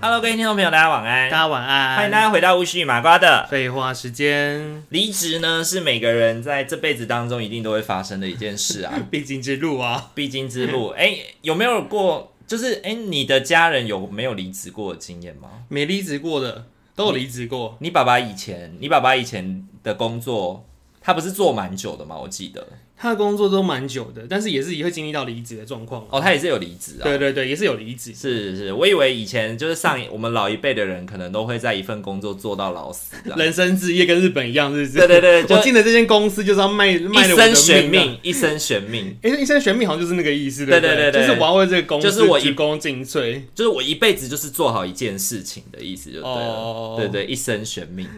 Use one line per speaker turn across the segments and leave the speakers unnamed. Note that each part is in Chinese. Hello，各位听众朋友，大家晚
大
安，
家晚安。
欢迎大家回到巫师与麻瓜的。
废话时间，
离职呢，是每个人在这辈子当中一定都会发生的一件事 啊，
必经之路啊。
必经之路。哎、有没有过？就是哎、你的家人有没有离职过的经验吗？
没离职过的都有离职过，
你爸爸以前，你爸爸以前的工作，他不是做蛮久的吗？我记得
他的工作都蛮久的，但是也是也会经历到离职的状况、啊。
哦，他也是有离职啊。
对对对，也是有离职。
是是，我以为以前就是上一我们老一辈的人，可能都会在一份工作做到老死这样，
人生置业跟日本一样，是不是？
啊对对对就
我进了这间公司就是要卖
一
卖了我
生
的
悬
命啊。
命，一生悬命，
哎、一生悬命好像就是那个意思，
对
不对
对对对
就是我要为这个公司
就是我一
鞠躬尽瘁。
就是我一辈子就是做好一件事情的意思，就对了。
哦
对对，一生悬命，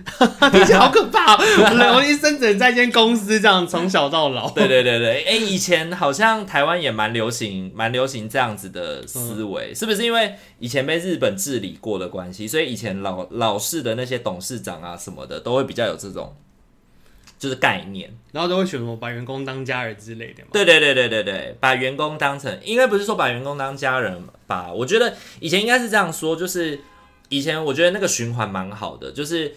听起来好可怕、哦，我我一生只能在一间公司这样从小到老。
对对对对，哎、以前好像台湾也蛮流行，蛮流行这样子的思
嗯
维，是不是因为以前被日本治理过的关系，所以以前老老式的那些董事长啊什么的，都会比较有这种就是概念。
然后都会选什么把员工当家人之类的嘛。
对对对对对对，把员工当成应该不是说把员工当家人吧？我觉得以前应该是这样说，就是以前我觉得那个循环蛮好的，就是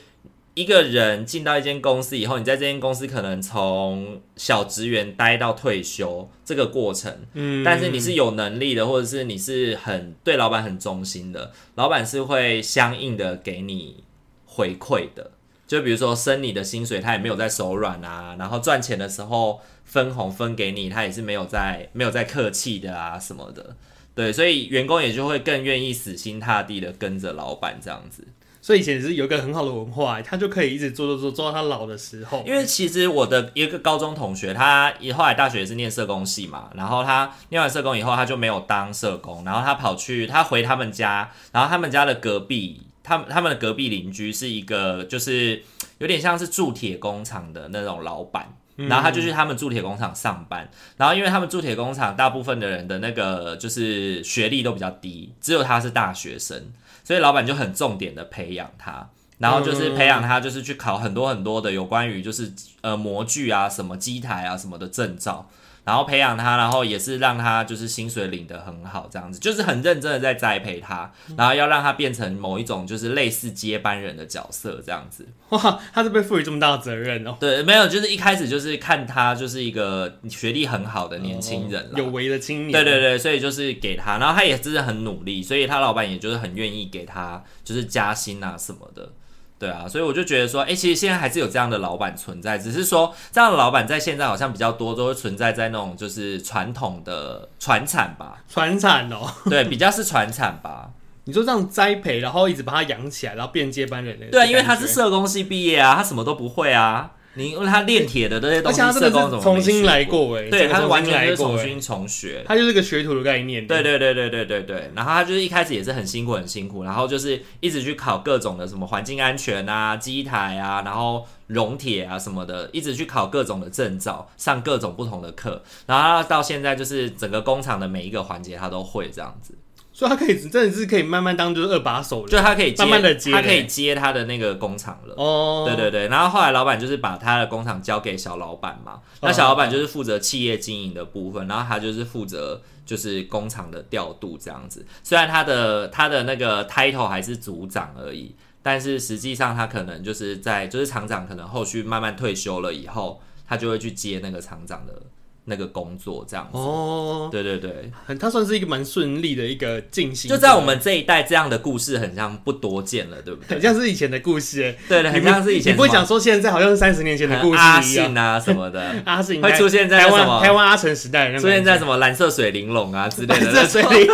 一个人进到一间公司以后，你在这间公司可能从小职员待到退休这个过程，
嗯
但是你是有能力的，或者是你是很对老板很忠心的，老板是会相应的给你回馈的。就比如说升你的薪水，他也没有在手软啊，然后赚钱的时候分红分给你，他也是没有在没有在客气的啊什么的。对，所以员工也就会更愿意死心塌地的跟着老板这样子。
所以以前是有一个很好的文化，他就可以一直做做做做到他老的时候。
因为其实我的一个高中同学，他以后来大学也是念社工系嘛，然后他念完社工以后，他就没有当社工，然后他跑去他回他们家，然后他们家的隔壁，他们他们的隔壁邻居是一个就是有点像是铸铁工厂的那种老板。然后他就去他们铸铁工厂上班，然后因为他们铸铁工厂大部分的人的那个就是学历都比较低，只有他是大学生，所以老板就很重点的培养他，然后就是培养他，就是去考很多很多的有关于就是呃模具啊、什么机台啊、什么的证照，然后培养他，然后也是让他就是薪水领得很好，这样子就是很认真的在栽培他，然后要让他变成某一种就是类似接班人的角色这样子。
哇，啊他是被赋予这么大的责任哦，
对，没有，就是一开始就是看他就是一个学历很好的年轻人啦。
有为的青年。
对对对，所以就是给他，然后他也真的很努力，所以他老板也就是很愿意给他就是加薪啊什么的，对啊，所以我就觉得说，哎、其实现在还是有这样的老板存在，只是说这样的老板在现在好像比较多都会存在在那种就是传统的传产 吧，
传产哦，
对，比较是传产 吧，
你说这样栽培，然后一直把他养起来，然后变接班人的感觉。
对啊，因为他是社工系毕业啊，他什么都不会啊，你因为他练铁的这些东
而
西，
且他真
社
的
工怎
是
么
重
没
新
学
来
过？
过哎，
对，
真的
他是完
重
全就
新
是
来过
重
哎，
新重学，
他就是个学徒的概念。
对，对对对对对对，然后他就是一开始也是很辛苦很辛苦，然后就是一直去考各种的什么环境安全啊、机台啊，然后熔铁啊什么的，一直去考各种的证照，上各种不同的课，然后他到现在就是整个工厂的每一个环节他都会这样子，
所以他可以真的是可以慢慢当就是二把手
就
了。
他可以接
慢慢地接
他可以接他的那个工厂了。
哦，
对对对，然后后来老板就是把他的工厂交给小老板嘛，
嗯
那小老板就是负责企业经营的部分，然后他就是负责就是工厂的调度这样子。虽然他的他的那个 title 还是组长而已，但是实际上他可能就是在就是厂长可能后续慢慢退休了以后，他就会去接那个厂长的那个工作这样子。
哦，
对对对，
很他算是一个蛮顺利的一个进行，
就在我们这一代，这样的故事很像不多见了，对不对
很？像是以前的故事哎。
对对，
你
很
不
像是以前
你不会
什么
讲说现在好像是三十年前的故事
阿
一样。
信啊什么的，
阿信
会出现在
台
什么
湾台湾阿成时代的那
出
种
现
感觉，
在 什么蓝色水玲珑啊之类的
这水里，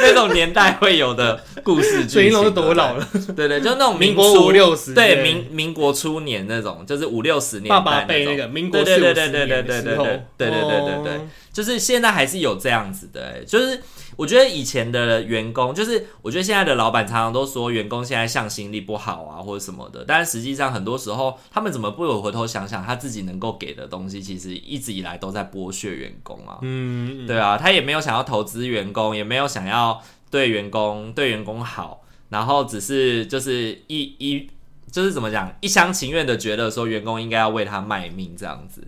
那种年代会有的故事剧情。
水银龙是多老了？
对对，就那种
民
初
国五六十
对
对
民民国初年那种，就是五六十年代
爸爸
那
辈
种
那个民国
对
四
对
五
对
十
对
年
对
的
对对
时
对
候，
对对对对对
哦，
就是现在还是有这样子的、欸就是我觉得以前的员工，就是我觉得现在的老板常常都说员工现在向心力不好啊，或者什么的，但是实际上很多时候他们怎么不有回头想想，他自己能够给的东西，其实一直以来都在剥削员工啊。
嗯，
对啊，他也没有想要投资员工，也没有想要对员工对员工好，然后只是就是一一就是怎么讲，一厢情愿的觉得说员工应该要为他卖命这样子。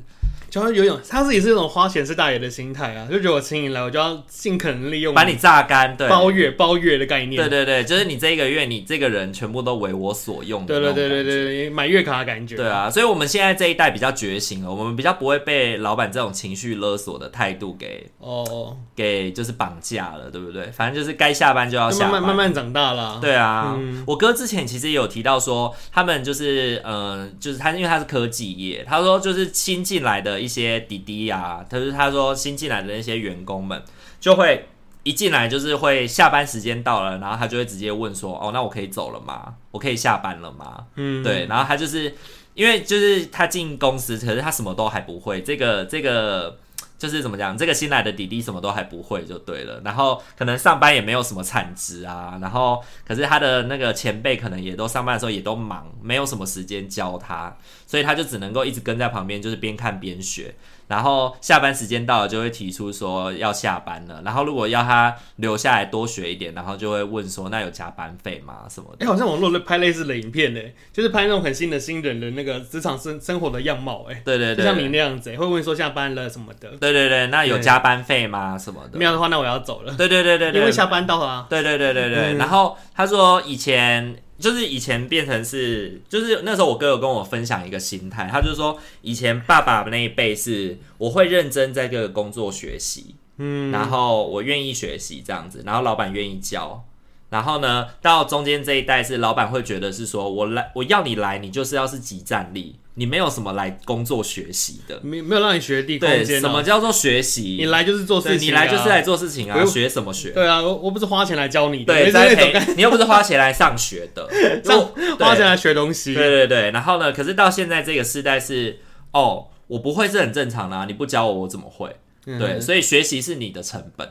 就是有一种他自己是一种花钱是大爷的心态啊，就觉得我请你来，我就要尽可能利用
把你榨干，对，
嗯包月包月的概念
对，对对，就是你这一个月你这个人全部都为我所用的
对
那种
对对对
感觉
对对，买月卡的感觉，
对啊，所以我们现在这一代比较觉醒了，我们比较不会被老板这种情绪勒索的态度给
哦，
给就是绑架了，对不对？反正就是该下班就要
就
下
慢
班，啊
慢慢慢长大啦，
对啊，
嗯
我哥之前其实也有提到说，他们就是呃，就是他因为他是科技业，他说就是新进来的一些弟弟啊，他就是他说新进来的那些员工们就会一进来就是会下班时间到了，然后他就会直接问说，哦，那我可以走了吗？我可以下班了吗？
嗯，
对，然后他就是因为就是他进公司，可是他什么都还不会，这个这个。就是怎么讲，这个新来的弟弟什么都还不会就对了，然后可能上班也没有什么产值啊，然后可是他的那个前辈可能也都上班的时候也都忙，没有什么时间教他，所以他就只能够一直跟在旁边，就是边看边学。然后下班时间到了就会提出说要下班了，然后如果要他留下来多学一点，然后就会问说那有加班费吗什么的。
哎、好像网络在拍类似的影片呢，就是拍那种很新的新人的那个职场生生活的样貌，哎，
对对对，
就像你那样子、哎会问说下班了什么的，
对对对，那有
对
加班费吗？什么的
没？有的话那我要走了，
对对对对对，
因为下班到了啊，
对对对对对。
嗯
然后他说以前就是以前变成是，就是那时候我哥有跟我分享一个心态，他就说以前爸爸那一辈是我会认真在这个工作学习，
嗯，
然后我愿意学习这样子，然后老板愿意教。然后呢，到中间这一代是老板会觉得是说，我来，我要你来，你就是要是集战力，你没有什么来工作学习的，
没没有让你学地空
对，
间、啊，
什么叫做学习？
你来就是做
对
事情、啊，
你来就是来做事情啊，
不用
学什么学？
对啊，我我不是花钱来教你的，
对，
没事
栽
那种
培，你又不是花钱来上学 的，
上
对
花钱来学东
对
西，
对对。然后呢，可是到现在这个时代是，哦，我不会是很正常的、啊，你不教我，我怎么会？
嗯
对，所以学习是你的成本。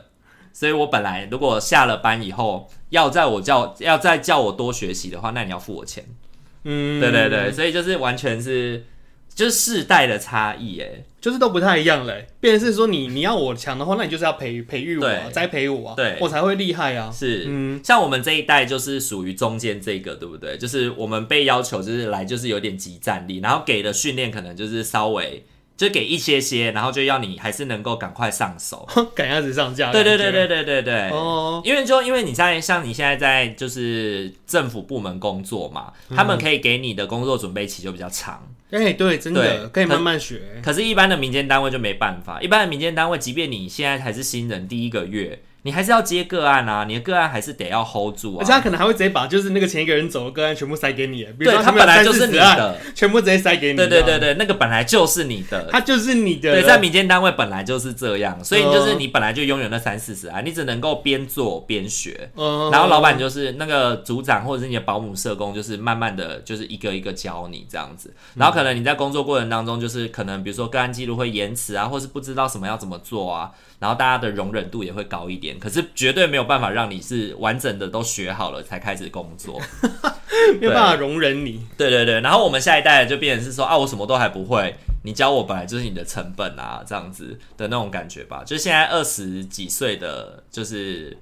所以我本来如果下了班以后要在我叫要再叫我多学习的话，那你要付我钱。
嗯，
对对对，，所以就是完全是就是世代的差异，哎，
就是都不太一样嘞。变成是说你你要我强的话，那你就是要培培育我、啊
对，
栽培我、啊，
对
我才会厉害啊。
是，
嗯
像我们这一代就是属于中间这个，对不对？就是我们被要求就是来就是有点集战力，然后给的训练可能就是稍微就给一些些，然后就要你还是能够赶快上手。
赶鸭子上架，
对对对
感
对
觉
对对对。
哦，
因为就因为你在像你现在在就是政府部门工作嘛，
嗯
他们可以给你的工作准备期就比较长，
哎、对，真
对
的可以
可
慢慢学，
可是，一般的民间单位就没办法。一般的民间单位，即便你现在还是新人，第一个月你还是要接个案啊，你的个案还是得要 hold 住啊。
而且他可能还会直接把就是那个前一个人走的个案全部塞给你，比如
对
说
他
们
本
有
来就
30
是你
案，
的，
全部直接塞给你，
对对对
对，
对，那个本来就是你的。
他就是你的了，
对，在民间单位本来就是这样，所以
嗯
就是你本来就拥有那三四十啊，你只能够边做边学。
嗯，
然后老板就是那个组长或者是你的保姆社工，就是慢慢的就是一个一个教你这样子。
嗯
然后可能你在工作过程当中，就是可能比如说个案记录会延迟啊，或是不知道什么要怎么做啊，然后大家的容忍度也会高一点。可是绝对没有办法让你是完整的都学好了才开始工作。
没有办法容忍你，
对对对，然后我们下一代就变成是说啊，我什么都还不会，你教我本来就是你的成本啊，这样子的那种感觉吧。就现在二十几岁的，就是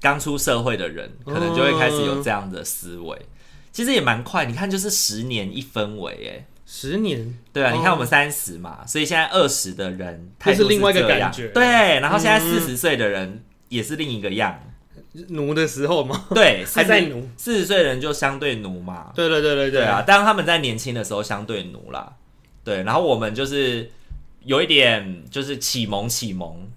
刚出社会的人，可能就会开始有这样的思维。其实也蛮快，你看就是十年一分为，
十年
哎，对啊，
哦
你看我们三十嘛，所以现在二十的人
就
态
是
度
另外一个
这样
感觉
对，然后现在四十岁的人也是另一个样，
奴的时候吗？
对，
还在奴，
四十岁的人就相对奴嘛，
对对对对
对啊，，当然他们在年轻的时候相对奴啦，对，然后我们就是有一点就是启蒙启蒙，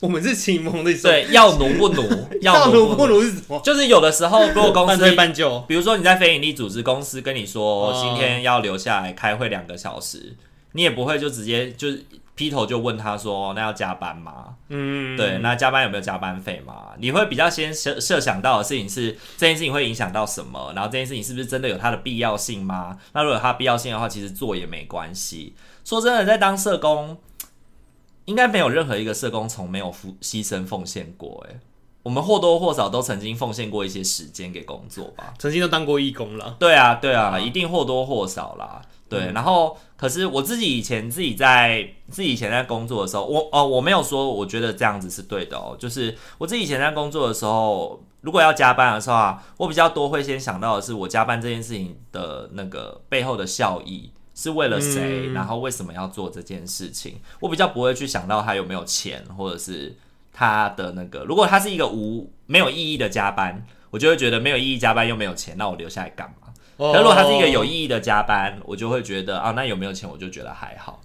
我们是启蒙的时候，
对，要奴不奴，要
奴
不
不奴是什么？
就是有的时候如果公
半
司
推，半就，
比如说你在非营利组织公司跟你说
哦
今天要留下来开会两个小时，你也不会就直接就是劈头就问他说：“那要加班吗？
嗯，
对，那加班有没有加班费嘛？”你会比较先设设想到的事情是这件事情会影响到什么，然后这件事情是不是真的有它的必要性吗？那如果有它的必要性的话，其实做也没关系。说真的，在当社工，应该没有任何一个社工从没有付牺牲奉献过、欸。诶，我们或多或少都曾经奉献过一些时间给工作吧。
曾经都当过义工了，
对啊，对啊，一定或多或少啦。对，然后可是我自己以前自己在自己以前在工作的时候，我哦我没有说我觉得这样子是对的哦，就是我自己以前在工作的时候，如果要加班的时候啊，我比较多会先想到的是我加班这件事情的那个背后的效益是为了谁，
嗯
然后为什么要做这件事情，我比较不会去想到他有没有钱或者是他的那个，如果他是一个无没有意义的加班，我就会觉得没有意义加班又没有钱，那我留下来干嘛？
哦
可如果它是一个有意义的加班，我就会觉得啊，那有没有钱我就觉得还好。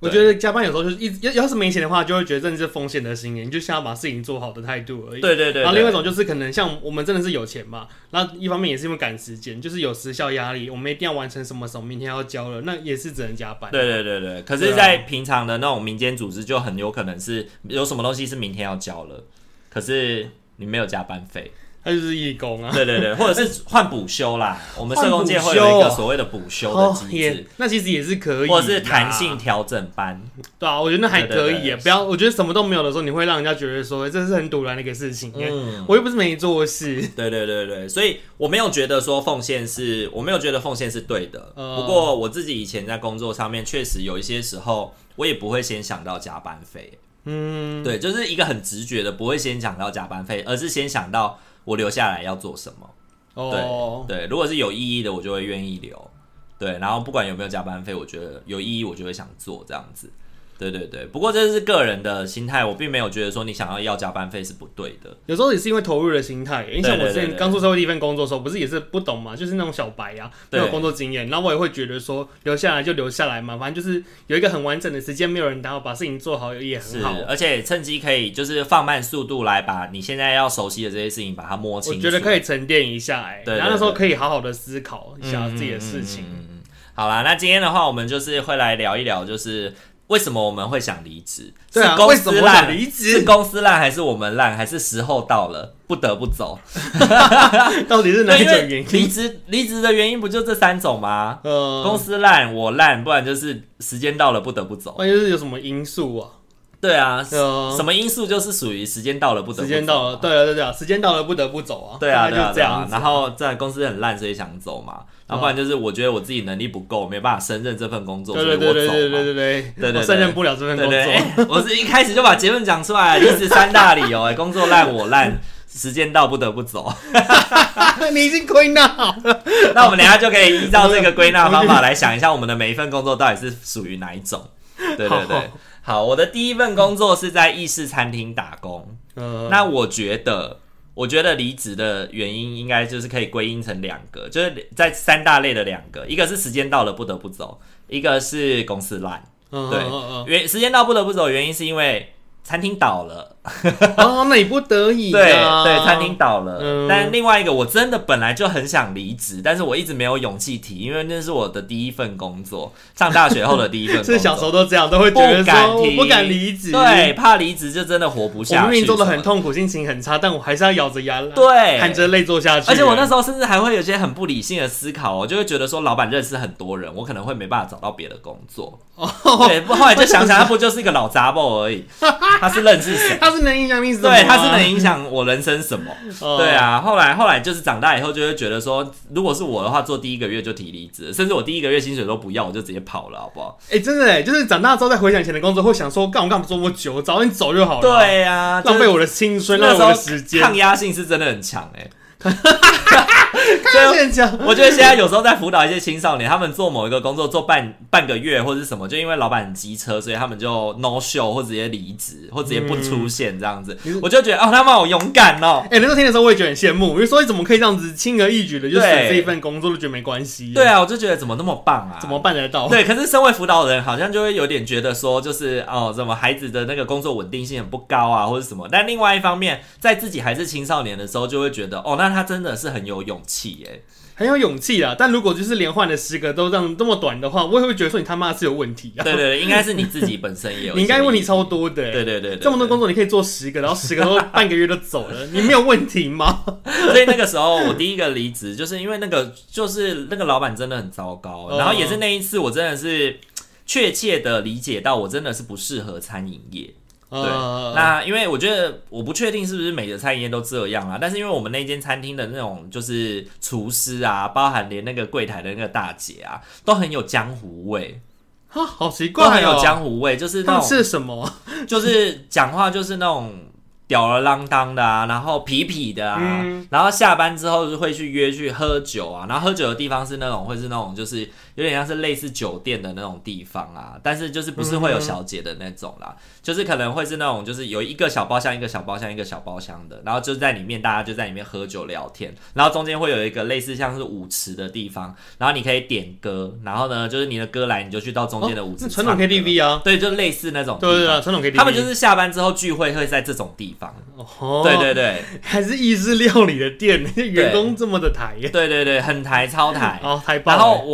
我觉得加班有时候就是一要要是没钱的话，就会觉得这是奉献的心，你就想要把事情做好的态度而已。
对对对对，
然后另外一种就是可能像我们真的是有钱嘛，那一方面也是因为赶时间，就是有时效压力，我们一定要完成什么什么，明天要交了，那也是只能加班。
对对对对，可
对
是，
啊
在平常的那种民间组织，就很有可能是有什么东西是明天要交了，可是你没有加班 费。
他就是义工啊。
对对对，或者是换补休啦。我们社工界会
换
有
补
一
休
个
哦
所谓的补休的机
也
制，
哦那其实也是可以，
或者是弹性，调整班。
对啊，我觉得那还可
对对
以耶。
对
不要，我觉得什么都没有的时候，你会让人家觉得说哎这是很堵然的一个事情耶。
嗯，
我又不是没做事，
对对对对，所以我没有觉得说奉献是，我没有觉得奉献是对的。
嗯
不过我自己以前在工作上面，确实有一些时候，我也不会先想到加班费。
嗯，
对，就是一个很直觉的，不会先想到加班费，而是先想到我留下来要做什么。
哦，
对，如果是有意义的，我就会愿意留。对，然后不管有没有加班费，我觉得有意义，我就会想做这样子。对对对，不过这是个人的心态，我并没有觉得说你想要要加班费是不对的。
有时候也是因为投入的心态耶。因为像
对
我
对
之
对
前
对
刚出社会第一份工作的时候，不是也是不懂嘛，就是那种小白啊，没有
对
工作经验，然后我也会觉得说留下来就留下来嘛，反正就是有一个很完整的时间，没有人打扰，把事情做好也很
是啊
好。，
而且趁机可以就是放慢速度来把你现在要熟悉的这些事情把它摸清
我
楚。
觉得可以沉淀一下哎，
对对
然后那时候
对
可以好好的思考一下
嗯
自己的事情。
嗯嗯嗯嗯好啦，那今天的话，我们就是会来聊一聊，就是为什么我们会想离职？
对啊
是公
为什
司
么会
烂
想离职
是公司烂，还是我们烂，还是时候到了不得不走？
到底是哪
对
一
因为
种原因？
离职离职的原因不就这三种吗？
呃，
公司烂，我烂，不然就是时间到了不得不走。
万一是有什么因素啊？
对啊，
呃，
什么因素就是属于时间到了不得不走
时间到了，对啊，对啊对啊，时间到了不得不走 啊。
对啊，
大
对
概
啊，
就这
对啊
样。子。啊
然后在公司很烂，所以想走嘛。然后不然就是我觉得我自己能力不够，没办法胜任这份工作，所
对
以我
对
走嘛。
对对对对对
对对对
我胜任不了这份
对
工
对
作。
哎我是一开始就把结论讲出来， 离职三大理由，哎，工作烂，我烂，时间到不得不走。
你已经归纳好了。
那我们等一下就可以依照这个归纳方法来想一下，我们的每一份工作到底是属于哪一种。对对对
好，
好，我的第一份工作是在意式餐厅打工。
呃，
那我觉得，我觉得离职的原因应该就是可以归因成两个，就是在三大类的两个，一个是时间到了不得不走，一个是公司烂。
嗯
对
嗯嗯
原时间到不得不走，原因是因为餐厅倒了，
嗯哦，那你不得已
对
啊
呃对，餐厅倒了。
嗯
但另外一个，我真的本来就很想离职，但是我一直没有勇气提，因为那是我的第一份工作，上大学后的第一份工作。
是小时候都这样，都会觉得
不敢
说我
提，
不敢离职。
对，，怕离职就真的活不
我
下去。
明明做的很，痛苦，心情很差，但我还是要咬着牙，
对，
含着泪做下去。啊
而且我那时候甚至还会有些很不理性的思考哦，我就会觉得说，老板认识很多人，我可能会没办法找到别的工作。
哦
对，不后来就想想，他不就是一个老杂报而 已，他是认识谁？
他是能影响你什么啊？
对，他是能影响我人生什么？
哦
对，啊，后来后来就是长大以后就会觉得说，如果是我的话，做第一个月就提离职，甚至我第一个月薪水都不要，我就直接跑了，好不好？
哎，真的哎，就是长大之后再回想以前的工作，会想说干我干嘛做那么久，早点走就好了。，
对呀、就是
浪费我的青春，浪
那
费
时
我
候
的时间。
抗压性是真的很强哎、
看现讲，
我觉得现在有时候在辅导一些青少年，他们做某一个工作做半半个月或者是什么，就因为老板很机车，所以他们就 no show 或直接离职或直接不
嗯
出现这样子。我就觉得哦，他们好勇敢哦。
哎、那时候听的时候我也觉得很羡慕，我就说你怎么可以这样子轻而易举的就
对
选这一份工作，就觉得没关系？
对，啊，我就觉得怎么那么棒啊？
嗯怎么办得到？
对，可是身为辅导人，好像就会有点觉得说，就是哦，怎么孩子的那个工作稳定性很不高啊，或者什么。但 另外一方面，在自己还是青少年的时候，就会觉得哦，那他真的是很有勇气耶。
很有勇气啊啦。但如果就是连换了十个都让这么短的话，我也会觉得说你他妈是有问题啊。
对对对，应该是你自己本身也有一些疑虑，
你应该问题超多的、欸，
对对对对，
这么多工
作，
作你可以做十个，然后十个都半个月都走了，你没有问 题吗？
所以那个时候我第一个离职，就是因为那个就是那个老板真的很糟糕，
哦
然后也是那一次，我真的是确切的理解到，我真的是不适合餐饮业。
呃，
那因为我觉得我不确定是不是每个餐饮业都这样啊，但是因为我们那间餐厅的那种就是厨师啊，包含连那个柜台的那个大姐啊，都很有江湖味，
啊，好奇
都很
怪
有
哦、
江湖味，就是
他
那
们
种
吃了什么？
就是讲话就是那种吊儿郎当的啊，然后痞痞的啊，
嗯
然后下班之后就会去约去喝酒啊，然后喝酒的地方是那种会是那种就是有点像是类似酒店的那种地方啊，但是就是不是会有小姐的那种啦，就是可能会是那种就是有一个小包厢一个小包厢一个小包厢的，然后就在里面大家就在里面喝酒聊天，然后中间会有一个类似像是舞池的地方，然后你可以点歌，然后呢就是你的歌来你就去到中间的舞池
哦
唱
传
歌、
统 KTV 啊，
对，就类似那种地
对
方。
对对，传统 KTV，
他们就是下班之后聚会会在这种地方。
哦，
对对对
还是意式料理的店， 员工这么的抬耶，
对对对，很台超台。
哦，抬爆
然
了，
后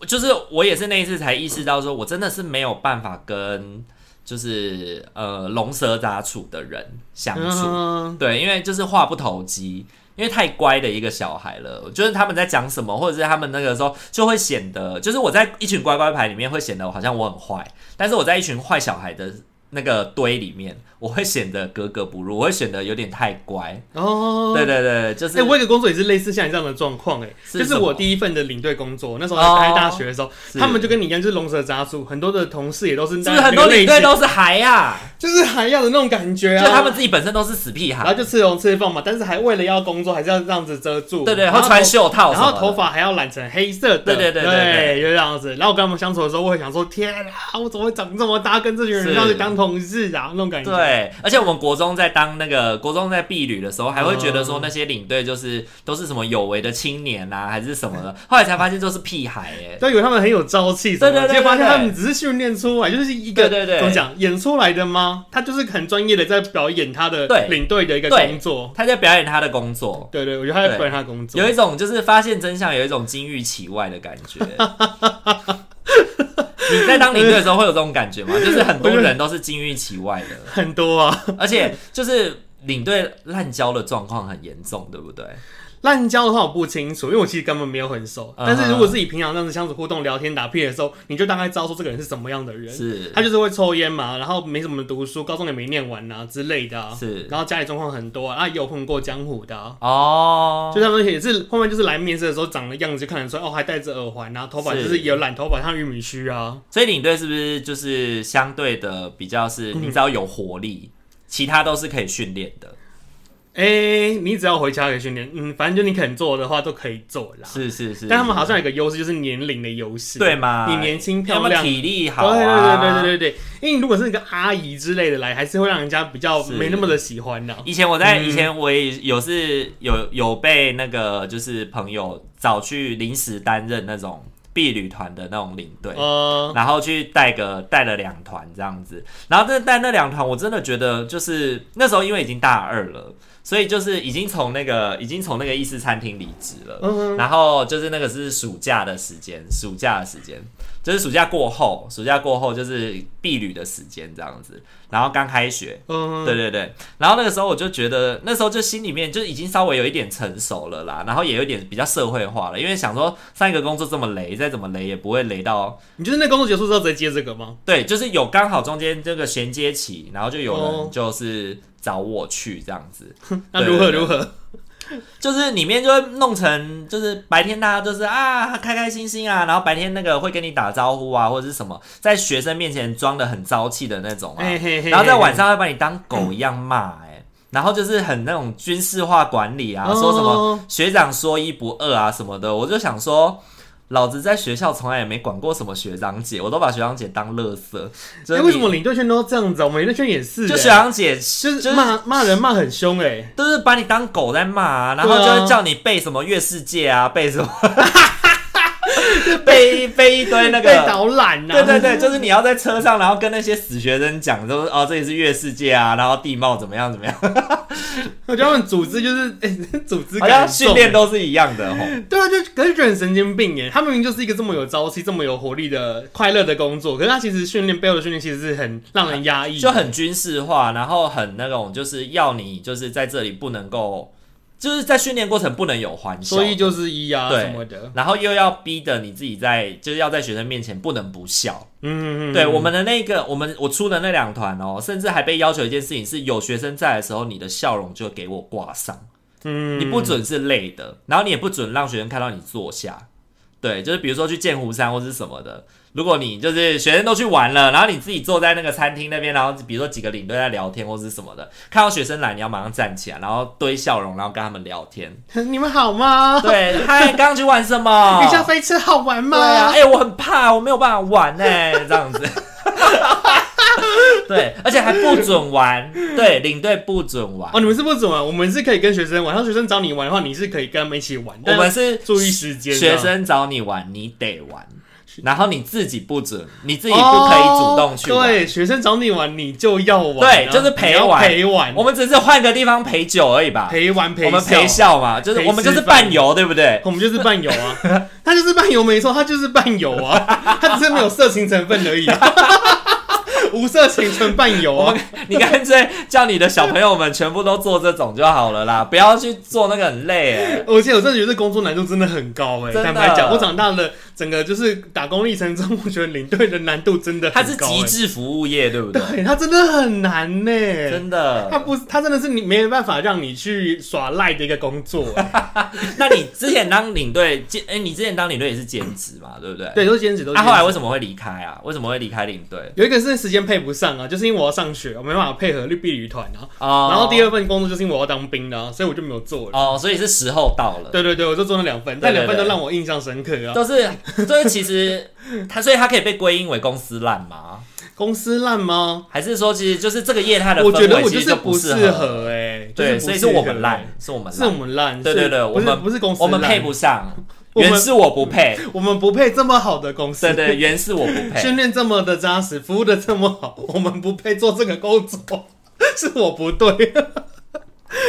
我就是我也是那一次才意识到，说我真的是没有办法跟就是呃龙蛇杂处的人相处。
嗯
对，因为就是话不投机。因为太乖的一个小孩了，就是他们在讲什么，或者是他们那个时候就会显得，就是我在一群乖乖牌里面会显得好像我很坏，但是我在一群坏小孩的那个堆里面，我会显得格格不入，我会显得有点太乖，
哦，
对对对，就
哎、
是、
我有一个工作也是类似像你这样的状况，哎，
是
就是
什么
我第一份的领队工作，那时候
哦
还在大学的时候，
是
他们就跟你一样，就是龙蛇杂处，很多的同事也都是
是
在
不是很
那
多
个类
领队
型
都是孩呀、
就是还要的那种感觉
就
啊，
他们自己本身都是死屁
然
孩
后，就吃龙吃凤嘛，但是还为了要工作，还是要这样子遮住，
对对，
然
会
后
穿袖套
头，
什
然
么的，
后头发还要染成黑色的，
对对对对对
对，就这样子。然后我跟他们相处的时候，我会想说，天啊，我怎么会长这么大，跟这群
是
人要去当同事啊，那种感觉，
对，而且我们国中在当那个国中在避旅的时候，还会觉得说那些领队就是都是什么有为的青年啊，还是什么
嗯
的，后来才发现就是屁孩哎、
都以为他们很有朝气什么的，
对对对
结果发现
对对
他们只是训练出来，就是一
对
个
对对
怎么讲演出来的吗？他就是很专业的在表演他的
对
领队的一个
对
工作。
他在表演他的工作，
对对，我觉得他在表演他的工作
有。一种就是发现真相，有一种金玉其外的感觉。 你在当领队的时候会有这种感觉吗？就是很多人都是金玉其外的。
很多啊，
而且就是领队滥交的状况很严重，对不对？
滥交的话我不清楚，因为我其实根本没有很熟。
嗯哼
但是如果是以平常这样子相处、互动、聊天、打屁的时候，你就大概知道说这个人是什么样的人。
是
他就是会抽烟嘛，然后没怎么读书，高中也没念完啊之类的啊。
是
然后家里状况很多啊，啊也有混过江湖的、啊，
哦
就，他们也是后面就是来面试的时候长的样子就看得出来，哦，还戴着耳环啊，头发就是
是
有染头发，像玉米须啊。
所以领队是不是就是相对的比较是，
嗯
你只要有活力，其他都是可以训练的。
哎、你只要回家给训练，嗯，反正就你肯做的话都可以做啦。
是是是，
但他们好像有一个优势，就是年龄的优势。
对嘛？
你年轻
要
漂
么
亮。
体力
对
好
对
啊，
对
对。
对对对，因为你如果是一个阿姨之类的来，还是会让人家比较
是
没那么的喜欢的、
以前我在
嗯
以前我也有是有有被那个就是朋友找去临时担任那种婢旅团的那种领队，
呃，
然后去带个带了两团这样子，然后这带那两团，我真的觉得就是那时候因为已经大二了，所以就是已经从那个已经从那个意式餐厅离职了，
嗯
然后就是那个是暑假的时间，暑假的时间就是暑假过后，暑假过后就是避旅的时间这样子，然后刚开学，
嗯，
对对对，然后那个时候我就觉得，那时候就心里面就已经稍微有一点成熟了啦，然后也有点比较社会化了，因为想说上一个工作这么雷，再怎么雷也不会雷到
你就是那工作结束之后直接接这个吗？
对，就是有刚好中间这个衔接起，然后就有人
哦
就是找我去这样子，
那如何
对对对
如何？
就是里面就会弄成就是白天大家都是啊开开心心啊，然后白天那个会跟你打招呼啊或者是什么，在学生面前装的很朝气的那种啊，
嘿嘿嘿
然后在晚
嘿
上会把你当狗一样骂哎、然后就是很那种军事化管理啊，说什么
哦
学长说一不二啊什么的，我就想说。老子在学校从来也没管过什么学长姐，我都把学长姐当垃圾。就是
哎、为
你
什么领队圈都这样子啊？我们领队圈也是、
就
欸
学长姐就是
就
是
骂骂人骂很凶哎、
都是把你当狗在骂、啊，然后
对 啊
就会叫你背什么月世界啊，背什么背被被一堆那
被
个。
导览呐、
对对对，就是你要在车上，然后跟那些死学生讲，就是哦，这里是月世界啊，然后地貌怎么样怎么样，
我觉得他们组织就是，哎、组织
好像
感很
训
重
练都是一样的吼。
对啊，就可是觉得很神经病耶。他明明就是一个这么有朝气、这么有活力的快乐的工作，可是他其实训练背后的训练其实是很让人压抑。
就很军事化，然后很那种，就是要你就是在这里不能够，就是在训练过程不能有欢笑
说，一就是一啊
对
什么的。
然后又要逼得你自己在就是要在学生面前不能不笑。
嗯，嗯嗯
对我们的那个我们我出的那两团哦，甚至还被要求一件事情是，有学生在的时候，你的笑容就给我挂上，
嗯
你不准是累的，然后你也不准让学生看到你坐下。对，就是比如说去剑湖山或是什么的，如果你就是学生都去玩了，然后你自己坐在那个餐厅那边，然后比如说几个领队在聊天或是什么的，看到学生来，你要马上站起来，然后堆笑容，然后跟他们聊天。
你们好吗？
对， 嗨，刚刚去玩什么？
你下飞车好玩吗？
哦对啊，哎、我很怕，我没有办法玩哎、 这样子。对，而且还不准玩，对，领队不准玩。
哦，你们是不准玩，我们是可以跟学生玩。像学生找你玩的话，你是可以跟他们一起玩，
我们是
但注意时间。啊
学
这样
生找你玩，你得玩，然后你自己不准，你自己不可以主动去
哦
玩。
对，学生找你玩，你就要玩啊。
对就是陪玩
你要陪玩，
我们只是换个地方陪酒而已吧，
陪玩陪
我们陪笑嘛，就是
陪
我们就是
吃饭
伴游，对不对？
我们就是伴游啊， 他就是伴游没错，他就是伴游啊，他只是没有色情成分而 已、啊，无色情纯伴游啊。
你干脆叫你的小朋友们全部都做这种就好了啦，不要去做那个很累、欸。
而且我真的觉得这工作难度真的很高哎、
真的
坦白讲，我长大了，整个就是打工历程中，我觉得领队的难度真的
它
很
是
高、
极
欸。
致服务业，对不对？
对，他真的很难呢、欸
真的，
他不，他真的是你没有办法让你去耍赖的一个工作、欸。
那你之前当领队兼，哎、你之前当领队也是兼职嘛，对不对？。
对，都是兼职，都是
那、
兼职。
啊后来为什么会离开啊？为什么会离开领队？
有一个是时间配不上啊，就是因为我要上学，我没办法配合绿碧旅团啊。
哦
然后第二份工作就是因为我要当兵的、啊，所以我就没有做了。
哦，所以是时候到了。
对对对，我就做了两份，
对对
但
对
两份都让我印象深刻啊。
都是，就是其实他， 所以他可以被归因为公司烂吗？
公司烂吗？
还是说，其实就是这个业态的
我觉
氛
得
围
我
其
就
实就是
不
适
适？合哎、就
对，
不
所以
适
是我们
合欸
烂，，是我们
是我
烂，
们烂。
对
是
对对
不是
我们
不是公司
我
烂，
们配不上，
我们
原是我不配，
我们不配这么好的公司。
对 对，原是我不
训
配。
练这么的扎实，服务的这么好， 我们不配做这个工作， 是我不对，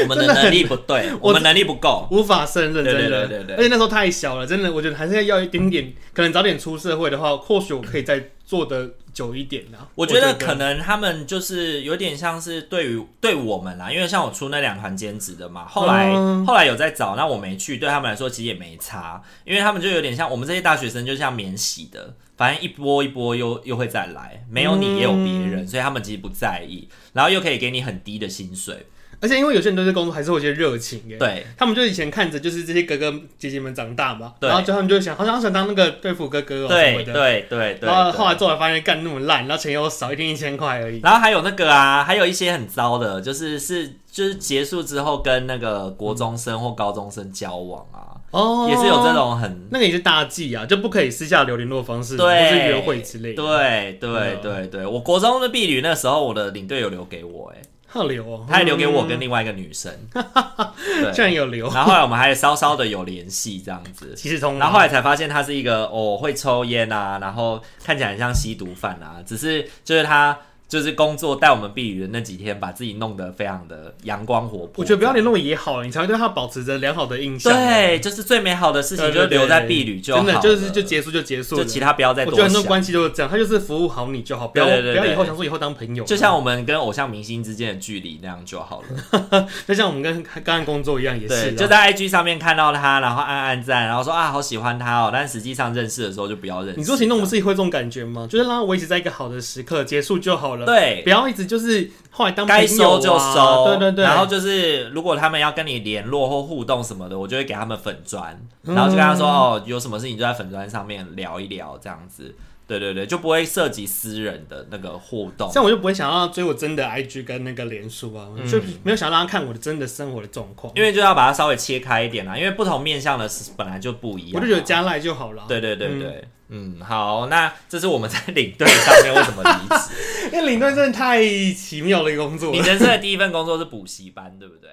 我们的能力不对，我们能力不够。
无法胜任，
对对
真的。
对对对
而且那时候太小了，真的，我觉得还是要一点点，可能早点出社会的话，或许我可以再做的久一点啊。
我觉得可能他们就是有点像是对于对我们啦，因为像我出那两团兼职的嘛，后来、
嗯
后来有在找，那我没去，对他们来说其实也没差，因为他们就有点像我们这些大学生，就像免洗的，反正一波一波又又会再来，没有你也有别人，所以他们其实不在意，然后又可以给你很低的薪水，
而且因为有些人对这工作还是有一些热情哎、
对
他们就以前看着就是这些哥哥姐姐们长大嘛，
对
然后就他们就想，好想好想当那个队服哥哥哦、什么
对
的。
对对对，
然后后来
对
做来发现干那么烂，然后钱又少，一天一千块而已。
然后还有那个啊，还有一些很糟的，就是是就是结束之后跟那个国中生或高中生交往啊，
哦
也是有这，种很
那个也是大忌啊，就不可以私下留联络方式，
对
哦或是约会之类的。，
对对
嗯
对对，我国中的婢女那时候，我的领队有留给我、欸，
他留哦，
他还留给我
嗯
跟另外一个女 生，
居
对，
然有留，
然后后来我们还稍稍的有联系这样子，
其实通啊。
然后后来才发现他是一个哦会抽烟啊，然后看起来很像吸毒犯啊，只是就是他。就是工作带我们避雨的那几天，把自己弄得非常的阳光活泼。
我觉得不要联络也好，你才会对他保持着良好的印象。
对，就是最美好的事情
哦对，
就
对对
留在避旅就好
真
了，
的就是就结束就结束
就
了。
其他不要再
我
多
觉得很多
想
关系都是这样，他就是服务好你就好，不要
对对对
不要
对
以后想说以后当朋友，
就像我们跟偶像明星之间的距离那样就好了。
就像我们跟刚刚工作一嗯样，也是
对，
啊
就在 IG 上面看到他，然后按按赞，然后说啊好喜欢他哦，但实际上认识的时候就不要认识。
你做行动不是也会这种感觉吗？就是让他维持在一个好的时刻结束就好了，，
对
不。要一直就是后来当朋友啊
该收就收，
对对对，
然后就是如果他们要跟你联络或互动什么的，我就会给他们粉砖，然后就跟他
嗯
说、哦，有什么事情就在粉砖上面聊一聊这样子。对对对，就不会涉及私人的那个互动。
这样我就不会想要追我真的 IG 跟那个脸书啊，就没有想让他看我的真的生活的状况，
嗯因为就要把它稍微切开一点啊啦，因为不同面向的是本来就不一样。啊
我就觉得，加赖就好了。啊
对对对对，嗯好，那这是我们在领队上面为什么离职。
因为领队真的太奇妙的一个工作了
你。人生的第一份工作是补习班，对不对？